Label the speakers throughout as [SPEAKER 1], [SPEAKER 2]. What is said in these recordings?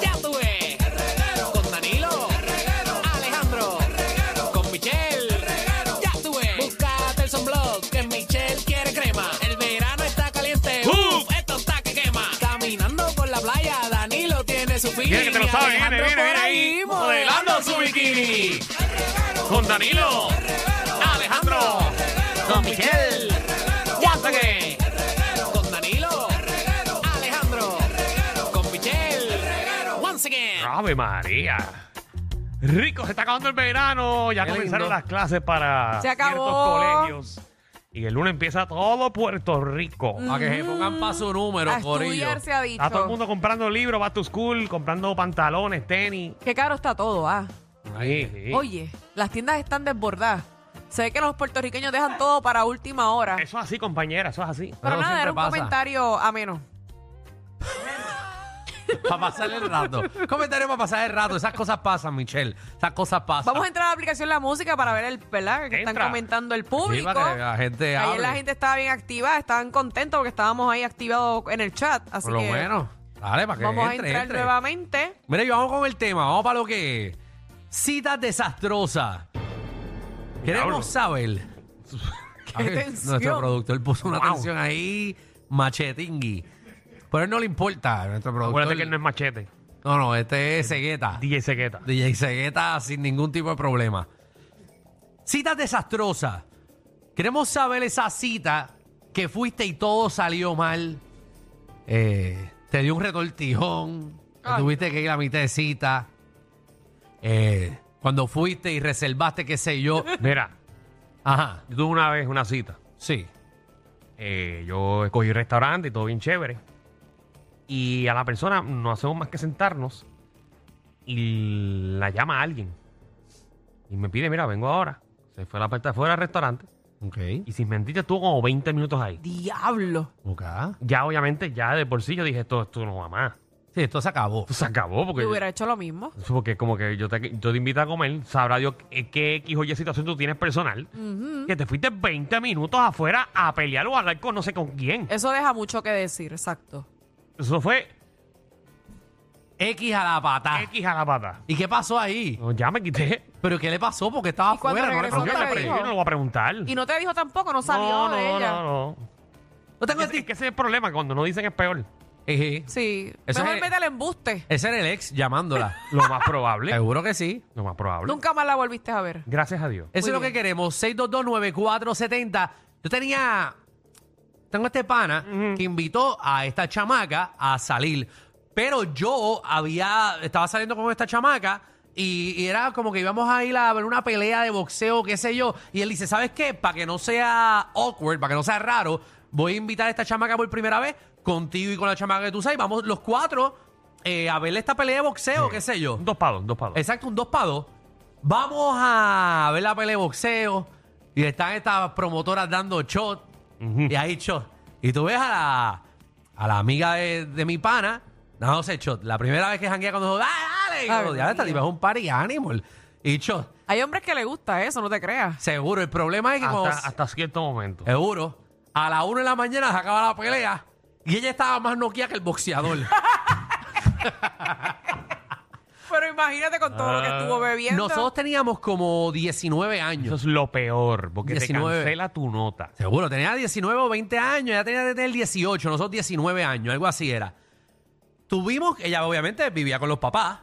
[SPEAKER 1] Ya tuve. Con Danilo. Alejandro. Con Michelle. Ya tuve. Búscate el sunblock que Michelle quiere crema. El verano está caliente. Uf, esto está que quema. Caminando por la playa, Danilo tiene su bikini.
[SPEAKER 2] Viene que te lo sabe, viene,
[SPEAKER 1] Alejandro
[SPEAKER 2] viene,
[SPEAKER 1] por
[SPEAKER 2] viene ahí. Modelando su bikini. Con Danilo. Alejandro. Con Michelle. Ya saqué.
[SPEAKER 1] Con Danilo. Alejandro. Con Michelle. Once again.
[SPEAKER 2] Ave María. Rico, se está acabando el verano. Ya comenzaron las clases para
[SPEAKER 3] Se acabó.
[SPEAKER 2] ciertos colegios. Y el lunes empieza todo Puerto Rico.
[SPEAKER 4] Para que se pongan para su número,
[SPEAKER 3] a
[SPEAKER 4] Corillo.
[SPEAKER 3] estudiar se ha dicho.
[SPEAKER 2] Está todo el mundo comprando libros, back to school, comprando pantalones, tenis.
[SPEAKER 3] Qué caro está todo, ah.
[SPEAKER 2] Sí, sí.
[SPEAKER 3] Oye, las tiendas están desbordadas. Se ve que los puertorriqueños dejan todo para última hora.
[SPEAKER 2] Eso es así, compañera, eso es así.
[SPEAKER 3] Pero
[SPEAKER 4] eso
[SPEAKER 3] nada, era
[SPEAKER 4] siempre
[SPEAKER 3] un
[SPEAKER 4] pasa.
[SPEAKER 3] comentario ameno.
[SPEAKER 4] Para pasar el rato. Comentario para pasar el rato. Esas cosas pasan, Michelle. Esas cosas pasan.
[SPEAKER 3] Vamos a entrar a la aplicación La Música para ver el, ¿verdad? Que están
[SPEAKER 2] Entra.
[SPEAKER 3] comentando el
[SPEAKER 4] Sí,
[SPEAKER 3] público.
[SPEAKER 4] para que la gente
[SPEAKER 3] Ayer
[SPEAKER 4] hable.
[SPEAKER 3] la gente estaba bien activa, estaban contentos porque estábamos ahí activados en el chat. Así
[SPEAKER 4] Por lo
[SPEAKER 3] que
[SPEAKER 4] bueno. Dale, para que
[SPEAKER 3] vamos
[SPEAKER 4] entre,
[SPEAKER 3] a entrar
[SPEAKER 4] entre.
[SPEAKER 3] nuevamente.
[SPEAKER 4] Mira, y vamos con el tema. Vamos para lo que es. Citas desastrosas.
[SPEAKER 2] Diablo.
[SPEAKER 4] Queremos saber.
[SPEAKER 3] Qué tensión.
[SPEAKER 4] Nuestro productor puso una
[SPEAKER 2] Wow.
[SPEAKER 4] tensión ahí machetingui. Pero a él no le importa. Nuestro productor.
[SPEAKER 2] Acuérdate que él no es machete.
[SPEAKER 4] no, no, este es Cegueta.
[SPEAKER 2] DJ Segueta.
[SPEAKER 4] DJ Segueta sin ningún tipo de problema. Citas desastrosas. Queremos saber esa cita que fuiste y todo salió mal. Eh, te dio un retortijón. que
[SPEAKER 3] Ay.
[SPEAKER 4] Tuviste que ir a mitad de cita. Eh, cuando fuiste y reservaste, qué sé yo.
[SPEAKER 2] Mira,
[SPEAKER 4] Ajá,
[SPEAKER 2] yo tuve una vez una cita.
[SPEAKER 4] sí.
[SPEAKER 2] Eh, yo escogí un restaurante y todo bien chévere. Y a la persona no hacemos más que sentarnos y la llama alguien. Y me pide, mira, vengo ahora. Se fue a la parte de afuera del restaurante
[SPEAKER 4] Ok.
[SPEAKER 2] y sin mentir estuvo como 20 minutos ahí.
[SPEAKER 3] Diablo.
[SPEAKER 4] Ok.
[SPEAKER 2] Ya obviamente, ya de por sí yo dije, esto, esto no va más.
[SPEAKER 4] Sí, esto se acabó.
[SPEAKER 2] Esto se acabó porque...
[SPEAKER 3] Yo hubiera hecho lo mismo.
[SPEAKER 2] Porque como que yo te, yo te invito a comer, sabrá Dios qué, qué X o Y situación tú tienes personal, que te fuiste 20 minutos afuera a pelear o a hablar con no sé con quién.
[SPEAKER 3] Eso deja mucho que decir, exacto.
[SPEAKER 2] Eso fue
[SPEAKER 4] X a la pata.
[SPEAKER 2] X a la pata.
[SPEAKER 4] ¿Y qué pasó ahí?
[SPEAKER 2] No, ya me quité.
[SPEAKER 4] ¿Pero qué le pasó? Porque estaba
[SPEAKER 3] Y cuando
[SPEAKER 4] afuera. No, le
[SPEAKER 3] regresó
[SPEAKER 2] Pero yo
[SPEAKER 3] te
[SPEAKER 2] le
[SPEAKER 4] preguntaste.
[SPEAKER 2] pre-
[SPEAKER 3] dijo?
[SPEAKER 2] yo no lo voy a preguntar.
[SPEAKER 3] Y no te dijo tampoco, no
[SPEAKER 2] no,
[SPEAKER 3] salió de
[SPEAKER 2] no,
[SPEAKER 3] ella.
[SPEAKER 2] no,
[SPEAKER 4] no tengo
[SPEAKER 2] no. Es, es que ese es el problema, cuando no dicen es peor.
[SPEAKER 4] Ejé.
[SPEAKER 3] Sí.
[SPEAKER 4] Eso
[SPEAKER 3] Mejor
[SPEAKER 4] es-
[SPEAKER 3] vete al embuste.
[SPEAKER 4] Ese era el ex llamándola.
[SPEAKER 2] Lo más probable.
[SPEAKER 4] Seguro que sí.
[SPEAKER 2] lo más probable.
[SPEAKER 3] Nunca más la volviste a ver.
[SPEAKER 2] Gracias a Dios.
[SPEAKER 4] Eso
[SPEAKER 3] Muy
[SPEAKER 4] es lo
[SPEAKER 3] bien.
[SPEAKER 4] que queremos. 6229470. Yo tenía. Tengo este pana que invitó a esta chamaca a salir. Pero yo había. Estaba saliendo con esta chamaca. Y, y era como que íbamos a ir a ver una pelea de boxeo, qué sé yo. Y él dice: ¿Sabes qué? Para que no sea awkward, para que no sea raro, voy a invitar a esta chamaca por primera vez contigo y con la chamaca que tú sabes. Vamos los cuatro eh, a ver esta pelea de boxeo, qué sé yo.
[SPEAKER 2] Un dos pados, un dos pados.
[SPEAKER 4] Exacto, un 2 para 2. Vamos a ver la pelea de boxeo. Y están estas promotoras dando shot. Y ahí shot. Y tú ves a la, a la amiga de, de mi pana dándose shot. La primera vez que janguea cuando ¡Dale, dale! Y
[SPEAKER 3] Ay,
[SPEAKER 4] yo, "Diablo, esta
[SPEAKER 3] Dios.
[SPEAKER 4] tipa es un party animal. Y shot.
[SPEAKER 3] Hay hombres que les gusta eso, no te creas.
[SPEAKER 4] Seguro, el problema es que cuando...
[SPEAKER 2] hasta, hasta cierto momento.
[SPEAKER 4] Seguro. A las 1 de la mañana se acaba la pelea. Y ella estaba más noquia que el boxeador.
[SPEAKER 3] Pero imagínate con todo lo que estuvo bebiendo.
[SPEAKER 4] Ah. Nosotros teníamos como 19 años.
[SPEAKER 2] Eso es lo peor, porque
[SPEAKER 4] 19.
[SPEAKER 2] te cancela tu nota.
[SPEAKER 4] Seguro, tenía 19 o 20 años, ella tenía desde el 18, nosotros 19 años, algo así era. Tuvimos, ella obviamente vivía con los papás,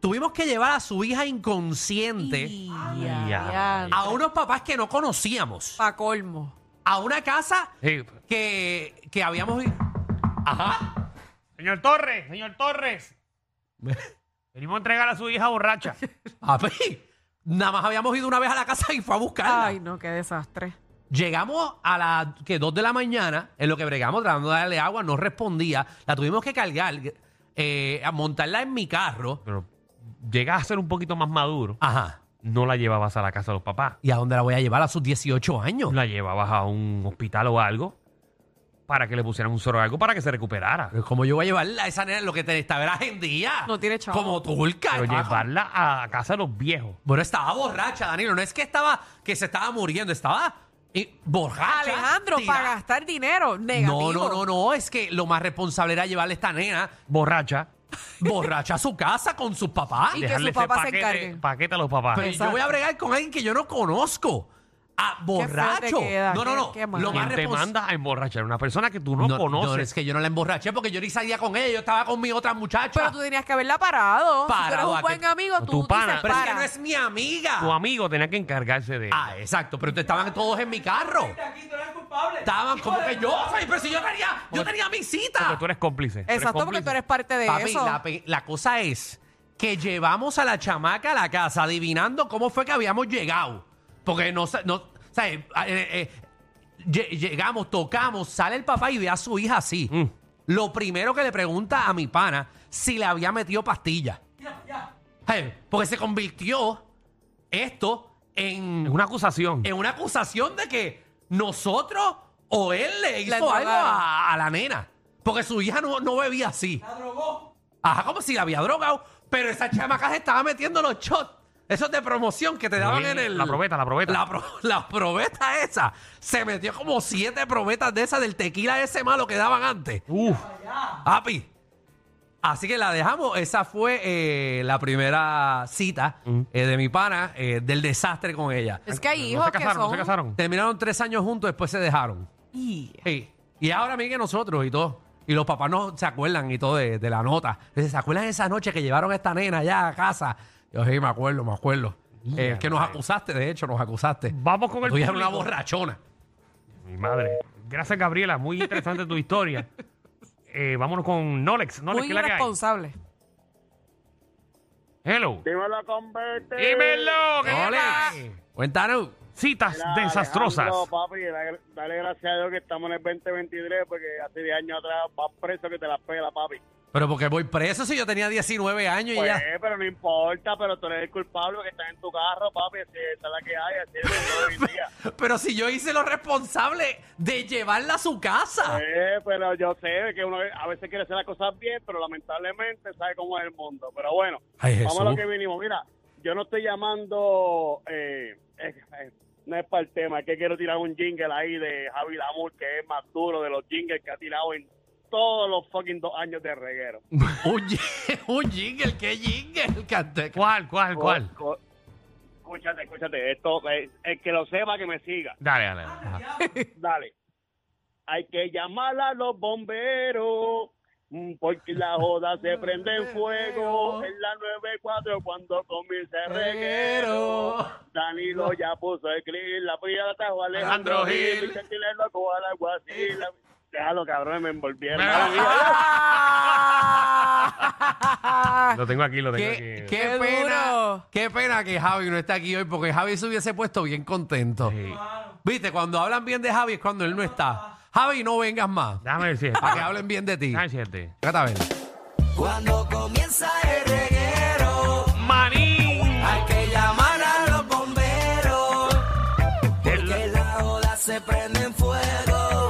[SPEAKER 4] tuvimos que llevar a su hija inconsciente
[SPEAKER 3] Ya,
[SPEAKER 2] Ya.
[SPEAKER 3] ya.
[SPEAKER 4] a unos papás que no conocíamos.
[SPEAKER 3] Pa' colmo.
[SPEAKER 4] a una casa
[SPEAKER 2] Sí.
[SPEAKER 4] que, que habíamos... Ajá.
[SPEAKER 2] Señor Torres, señor Torres. Venimos a entregar a su hija borracha.
[SPEAKER 4] Papi, nada más habíamos ido una vez a la casa y fue a buscarla.
[SPEAKER 3] Ay, no, qué desastre.
[SPEAKER 4] Llegamos a las que 2 de la mañana, en lo que bregamos tratando de darle agua, no respondía. La tuvimos que cargar, eh, a montarla en mi carro.
[SPEAKER 2] Pero llegas a ser un poquito más maduro.
[SPEAKER 4] Ajá.
[SPEAKER 2] No la llevabas a la casa de los papás.
[SPEAKER 4] ¿Y a dónde la voy a llevar a sus 18 años?
[SPEAKER 2] Pues La llevabas a un hospital o algo para que le pusieran un soro o algo para que se recuperara.
[SPEAKER 4] Pero ¿Cómo yo voy a llevarla a esa nena lo que te estaba en día?
[SPEAKER 3] No tiene chavo.
[SPEAKER 4] Como turca.
[SPEAKER 2] Pero
[SPEAKER 4] Ah.
[SPEAKER 2] llevarla a la casa de los viejos.
[SPEAKER 4] Bueno, estaba borracha, Danilo. No es que estaba, que se estaba muriendo, estaba eh, borracha.
[SPEAKER 3] Alejandro,
[SPEAKER 4] tira-
[SPEAKER 3] para gastar dinero, negativo.
[SPEAKER 4] No, no, no, no. Es que lo más responsable era llevarle a esta nena
[SPEAKER 2] Borracha.
[SPEAKER 4] borracha a su casa con sus papás.
[SPEAKER 3] Y que
[SPEAKER 2] dejarle
[SPEAKER 3] sus papás
[SPEAKER 2] ese
[SPEAKER 3] se
[SPEAKER 2] paquete-
[SPEAKER 3] encarguen.
[SPEAKER 2] Paquete a los papás.
[SPEAKER 4] Pero yo
[SPEAKER 3] Exacto.
[SPEAKER 4] voy a bregar con alguien que yo no conozco.
[SPEAKER 3] feo
[SPEAKER 4] A
[SPEAKER 3] te
[SPEAKER 4] borracho.
[SPEAKER 3] queda,
[SPEAKER 4] no, no,
[SPEAKER 3] qué-
[SPEAKER 4] no.
[SPEAKER 3] qué mal.
[SPEAKER 4] lo
[SPEAKER 2] ¿Quién
[SPEAKER 4] más
[SPEAKER 2] te
[SPEAKER 4] respons-
[SPEAKER 2] manda a emborrachar? Una persona que tú no, conoces.
[SPEAKER 4] es que yo no la emborraché porque yo ni salía con ella. Yo estaba con mi otra muchacha.
[SPEAKER 3] Pero tú tenías que haberla parado. si tú
[SPEAKER 4] Parado,
[SPEAKER 3] eres
[SPEAKER 4] ¿a
[SPEAKER 3] un
[SPEAKER 4] qué?
[SPEAKER 3] buen amigo,
[SPEAKER 2] No,
[SPEAKER 3] tú,
[SPEAKER 2] tu
[SPEAKER 3] dices,
[SPEAKER 2] pana.
[SPEAKER 4] Pero es
[SPEAKER 3] para.
[SPEAKER 4] que no es mi amiga.
[SPEAKER 2] Tu amigo tenía que encargarse de
[SPEAKER 4] Ah, exacto, pero te estaban todos en mi carro. Estaban como que yo, soy- pero si yo tenía, yo tenía mi
[SPEAKER 2] Porque
[SPEAKER 4] cita.
[SPEAKER 2] tú eres cómplice.
[SPEAKER 3] Exacto, porque tú eres parte de
[SPEAKER 4] Papi,
[SPEAKER 3] eso.
[SPEAKER 4] la, pe- la cosa es que llevamos a la chamaca a la casa adivinando cómo fue que habíamos llegado. Porque no, sa- no o sea, eh, eh, eh, lle- llegamos, tocamos, sale el papá y ve a su hija así.
[SPEAKER 2] Mm.
[SPEAKER 4] Lo primero que le pregunta a mi pana si le había metido pastillas. Ay, Porque se convirtió esto en
[SPEAKER 2] Es una acusación.
[SPEAKER 4] en una acusación de que nosotros o él le
[SPEAKER 3] La
[SPEAKER 4] hizo
[SPEAKER 3] drogaron.
[SPEAKER 4] algo a, a la nena. Porque su hija no, no bebía así. La drogó. Ajá, como si la había drogado. Pero esa chamaca se estaba metiendo los shots. Esos de promoción que te daban
[SPEAKER 2] Sí,
[SPEAKER 4] en el...
[SPEAKER 2] Eh, la probeta, la probeta.
[SPEAKER 4] La, pro- la probeta esa. Se metió como siete probetas de esas del tequila ese malo que daban antes.
[SPEAKER 2] Uf.
[SPEAKER 4] Api. Así que la dejamos. Esa fue eh, la primera cita eh, de mi pana, eh, del desastre con ella.
[SPEAKER 3] Es que hay
[SPEAKER 2] no
[SPEAKER 3] hijos
[SPEAKER 2] se
[SPEAKER 3] que
[SPEAKER 2] casaron,
[SPEAKER 3] son...
[SPEAKER 2] no se casaron.
[SPEAKER 4] Terminaron tres años juntos, después se dejaron.
[SPEAKER 3] Y-
[SPEAKER 4] Sí. Y ahora miren que nosotros y todo. Y los papás no se acuerdan y todo de, de la nota. Dice, ¿Se acuerdan de esa noche que llevaron a esta nena allá a casa? Yo sí, me acuerdo, me acuerdo. Eh, que nos acusaste, de hecho, nos acusaste.
[SPEAKER 2] Vamos con el
[SPEAKER 4] Tú eres una
[SPEAKER 2] público.
[SPEAKER 4] borrachona.
[SPEAKER 2] Mi madre. Gracias, Gabriela. Muy interesante tu historia. Eh, vámonos con Nolex. Nolex,
[SPEAKER 3] Muy
[SPEAKER 2] ¿qué es la que hay?
[SPEAKER 3] irresponsable.
[SPEAKER 2] Hello.
[SPEAKER 5] Dímelo, converte.
[SPEAKER 2] Dímelo. ¿qué
[SPEAKER 4] Hola.
[SPEAKER 2] tal?
[SPEAKER 4] Cuéntanos.
[SPEAKER 2] Citas
[SPEAKER 5] Mira,
[SPEAKER 2] desastrosas.
[SPEAKER 5] Alejandro, papi, dale, dale gracias a Dios que estamos en el 2023 porque hace 10 años atrás vas preso que te la pela, papi.
[SPEAKER 4] Pero porque voy preso si yo tenía 19 años y
[SPEAKER 5] Pues,
[SPEAKER 4] ya.
[SPEAKER 5] pero no importa, pero tú eres el culpable que estás en tu carro, papi, así esa es la que hay, así es hoy en día.
[SPEAKER 4] Pero si yo hice lo responsable de llevarla a su casa.
[SPEAKER 5] Eh, pero yo sé que uno a veces quiere hacer las cosas bien, pero lamentablemente sabe cómo es el mundo. Pero bueno,
[SPEAKER 4] Ay,
[SPEAKER 5] vamos a
[SPEAKER 4] Jesús.
[SPEAKER 5] lo que vinimos. Mira, yo no estoy llamando, eh, eh, eh, no es para el tema, es que quiero tirar un jingle ahí de Javi Lamur, que es más duro de los jingles que ha tirado en todos los fucking dos años de reguero.
[SPEAKER 4] un, ji- un jingle, qué jingle. Cante-
[SPEAKER 2] ¿Cuál, cuál, cuál?
[SPEAKER 5] Co- co- Escúchate, escúchate, esto, eh, el que lo sepa que me siga.
[SPEAKER 2] Dale, dale.
[SPEAKER 5] Ah,
[SPEAKER 2] Ajá.
[SPEAKER 5] Dale. Hay que llamar a los bomberos. mm, Porque la joda se prende en fuego. En la 94 cuando comienza el reguero. Danilo ya puso el clip. La pilla la trajo Alejandro
[SPEAKER 4] Alejandro Gil. Eh.
[SPEAKER 5] Gil. Vicente le loco al alguacil. la- Déjalo, cabrón, me envolvieron.
[SPEAKER 2] Mira.
[SPEAKER 5] Mala mía.
[SPEAKER 2] Lo tengo aquí, lo tengo
[SPEAKER 4] Ah. Qué,
[SPEAKER 2] aquí.
[SPEAKER 4] qué
[SPEAKER 3] Qué
[SPEAKER 4] pena,
[SPEAKER 3] duro.
[SPEAKER 4] qué pena que Javi no está aquí hoy porque Javi se hubiese puesto bien contento.
[SPEAKER 2] Sí.
[SPEAKER 4] Viste, cuando hablan bien de Javi es cuando él no está. Javi, no vengas más
[SPEAKER 2] Déjame ver si es. este.
[SPEAKER 4] para que hablen bien de ti.
[SPEAKER 2] Déjame decirte.
[SPEAKER 4] Acá está, ven.
[SPEAKER 6] Cuando comienza el reguero,
[SPEAKER 2] Manín.
[SPEAKER 6] hay que llamar a los bomberos. Porque la ola se prende en fuego.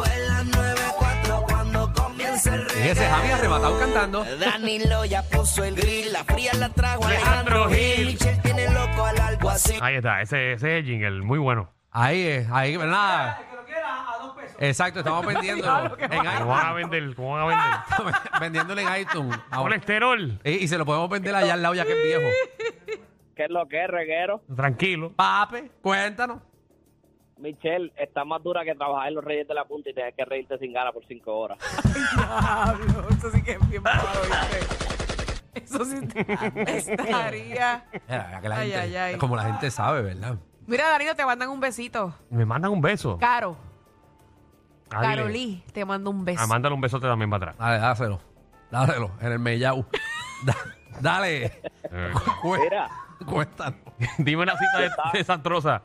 [SPEAKER 6] En las 94 cuando comienza el reguero.
[SPEAKER 4] Fíjese, Javi arrebatado cantando.
[SPEAKER 6] Danilo ya puso el grill, la fría la trago
[SPEAKER 2] Alejandro
[SPEAKER 6] Alejandro
[SPEAKER 2] Gil.
[SPEAKER 6] Gil. Michel tiene loco al alguacil.
[SPEAKER 2] Ahí está, ese, ese es el jingle, muy bueno.
[SPEAKER 4] Ahí es, ahí, ¿verdad? Exacto, estamos vendiéndolo en
[SPEAKER 2] ¿Cómo van a
[SPEAKER 4] iTunes.
[SPEAKER 2] vender? ¿Cómo van
[SPEAKER 4] Ah,
[SPEAKER 2] a vender?
[SPEAKER 4] vendiéndole en iTunes. Ahora.
[SPEAKER 2] Colesterol.
[SPEAKER 4] Y, y se lo podemos vender allá al lado ya que es viejo.
[SPEAKER 5] ¿Qué es lo que es, reguero?
[SPEAKER 2] Tranquilo.
[SPEAKER 4] Pape, cuéntanos.
[SPEAKER 5] Michelle, está más dura que trabajar en los Reyes de la Punta y tener que reírte sin gana por cinco horas.
[SPEAKER 3] Diablo, eso sí que es bien malo, ¿viste? Eso sí te- estaría...
[SPEAKER 4] Mira, mira que la
[SPEAKER 3] Ay,
[SPEAKER 4] gente-
[SPEAKER 3] ay, ay.
[SPEAKER 4] Como la gente sabe, ¿verdad?
[SPEAKER 3] Mira, Danilo, te mandan un besito.
[SPEAKER 2] Me mandan un beso.
[SPEAKER 3] Caro.
[SPEAKER 2] Ah, dile.
[SPEAKER 3] Carolí, te mando un
[SPEAKER 2] Ah,
[SPEAKER 3] beso.
[SPEAKER 2] mándale un besote también para atrás.
[SPEAKER 4] Dale, dáselo. Dáselo en el mellau. Da- dale.
[SPEAKER 2] Eh,
[SPEAKER 4] Cu-
[SPEAKER 5] Mira.
[SPEAKER 4] Cuéntanos.
[SPEAKER 2] Dime una cita de- desastrosa.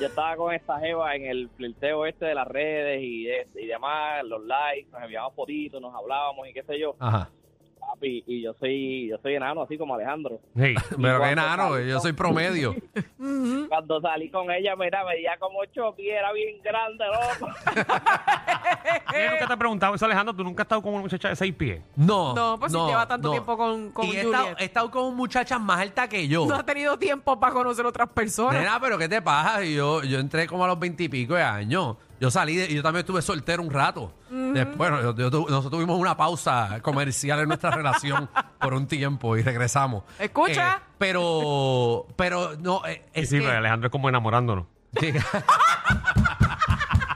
[SPEAKER 5] Yo estaba con esta jeva en el flirteo este de las redes y, y demás, los likes, nos enviábamos fotitos, nos hablábamos y qué sé yo.
[SPEAKER 4] Ajá.
[SPEAKER 5] Papi, y yo soy, yo soy enano, así como Alejandro.
[SPEAKER 2] Sí.
[SPEAKER 4] Pero
[SPEAKER 5] cuando
[SPEAKER 4] qué nano,
[SPEAKER 5] salí
[SPEAKER 4] yo
[SPEAKER 5] con-
[SPEAKER 4] soy promedio.
[SPEAKER 5] Cuando salí con ella, mira, veía como Chucky era bien grande, loco.
[SPEAKER 2] Yo nunca te he preguntado eso, Alejandro. Tú nunca has estado con una muchacha de seis pies.
[SPEAKER 4] No.
[SPEAKER 3] No, pues si lleva tanto tiempo con- con
[SPEAKER 4] Y he estado,
[SPEAKER 3] Juliet.
[SPEAKER 4] he estado con muchachas más altas que yo.
[SPEAKER 3] Eh, No has tenido tiempo para conocer otras personas.
[SPEAKER 4] Nena, pero ¿qué te pasa? Y Yo, yo entré como a los veintipico de años. Yo salí de- y yo también estuve soltero un rato. Después, bueno, yo- yo tu- nosotros tuvimos una pausa comercial en nuestra relación por un tiempo y regresamos.
[SPEAKER 3] Escucha.
[SPEAKER 4] Eh, pero, pero no, eh,
[SPEAKER 2] Sí,
[SPEAKER 4] es
[SPEAKER 2] sí,
[SPEAKER 4] que-
[SPEAKER 2] pero Alejandro es como enamorándonos.
[SPEAKER 4] Sí.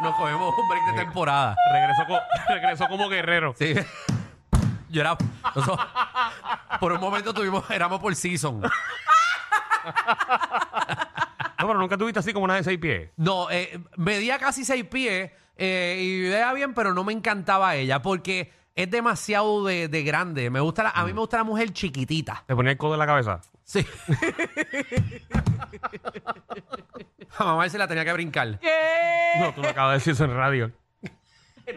[SPEAKER 4] Nos cogemos un break de temporada.
[SPEAKER 2] Regresó, co- regresó como guerrero.
[SPEAKER 4] Sí. Yo era. nosotros- por un momento tuvimos, éramos por season.
[SPEAKER 2] No, Ah, pero nunca tuviste así como una de seis pies.
[SPEAKER 4] No, eh, medía casi seis pies eh, y vivía bien, pero no me encantaba ella porque es demasiado de, de grande. Me gusta la- a mí me gusta la mujer chiquitita.
[SPEAKER 2] Te ponía el codo en la cabeza.
[SPEAKER 4] Sí. a mamá se la tenía que brincar.
[SPEAKER 3] ¿Qué?
[SPEAKER 2] No, tú lo acabas de decir eso en radio.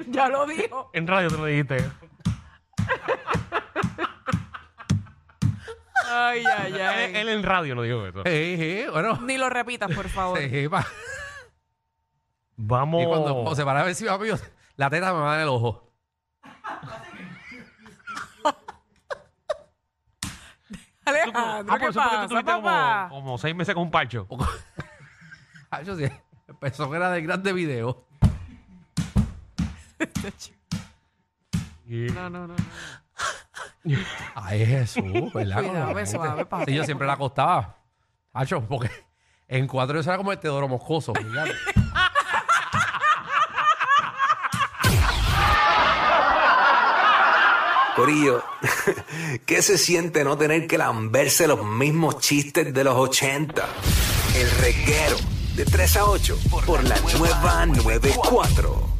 [SPEAKER 3] Ya lo dijo.
[SPEAKER 2] En radio te lo dijiste.
[SPEAKER 3] Ay, ay, ay.
[SPEAKER 2] Él, él en radio no dijo eso.
[SPEAKER 4] Sí, sí, bueno.
[SPEAKER 3] Ni lo repitas, por favor.
[SPEAKER 4] Sí, pa-
[SPEAKER 2] Vamos.
[SPEAKER 4] Y cuando se para a ver si va a pillar, la teta me va en el ojo.
[SPEAKER 3] Alejandro,
[SPEAKER 2] Ah, por
[SPEAKER 3] ¿qué
[SPEAKER 2] eso fue que tú
[SPEAKER 3] pasa,
[SPEAKER 2] tuviste
[SPEAKER 3] papá?
[SPEAKER 2] como, como seis meses con un parcho.
[SPEAKER 4] Ah, yo sí. Empezó que era de grande video.
[SPEAKER 2] Y-
[SPEAKER 3] No, no, no.
[SPEAKER 4] Ay, Jesús, ¿verdad?
[SPEAKER 3] Cuidado, es suave, papi.
[SPEAKER 4] Sí, yo siempre la acostaba. Hacho, porque en cuatro eso era como el Teodoro Moscoso. ¿verdad?
[SPEAKER 6] Corillo, ¿qué se siente no tener que lamberse los mismos chistes de los 80? El reguero de 3 a 8 por la nueva 94.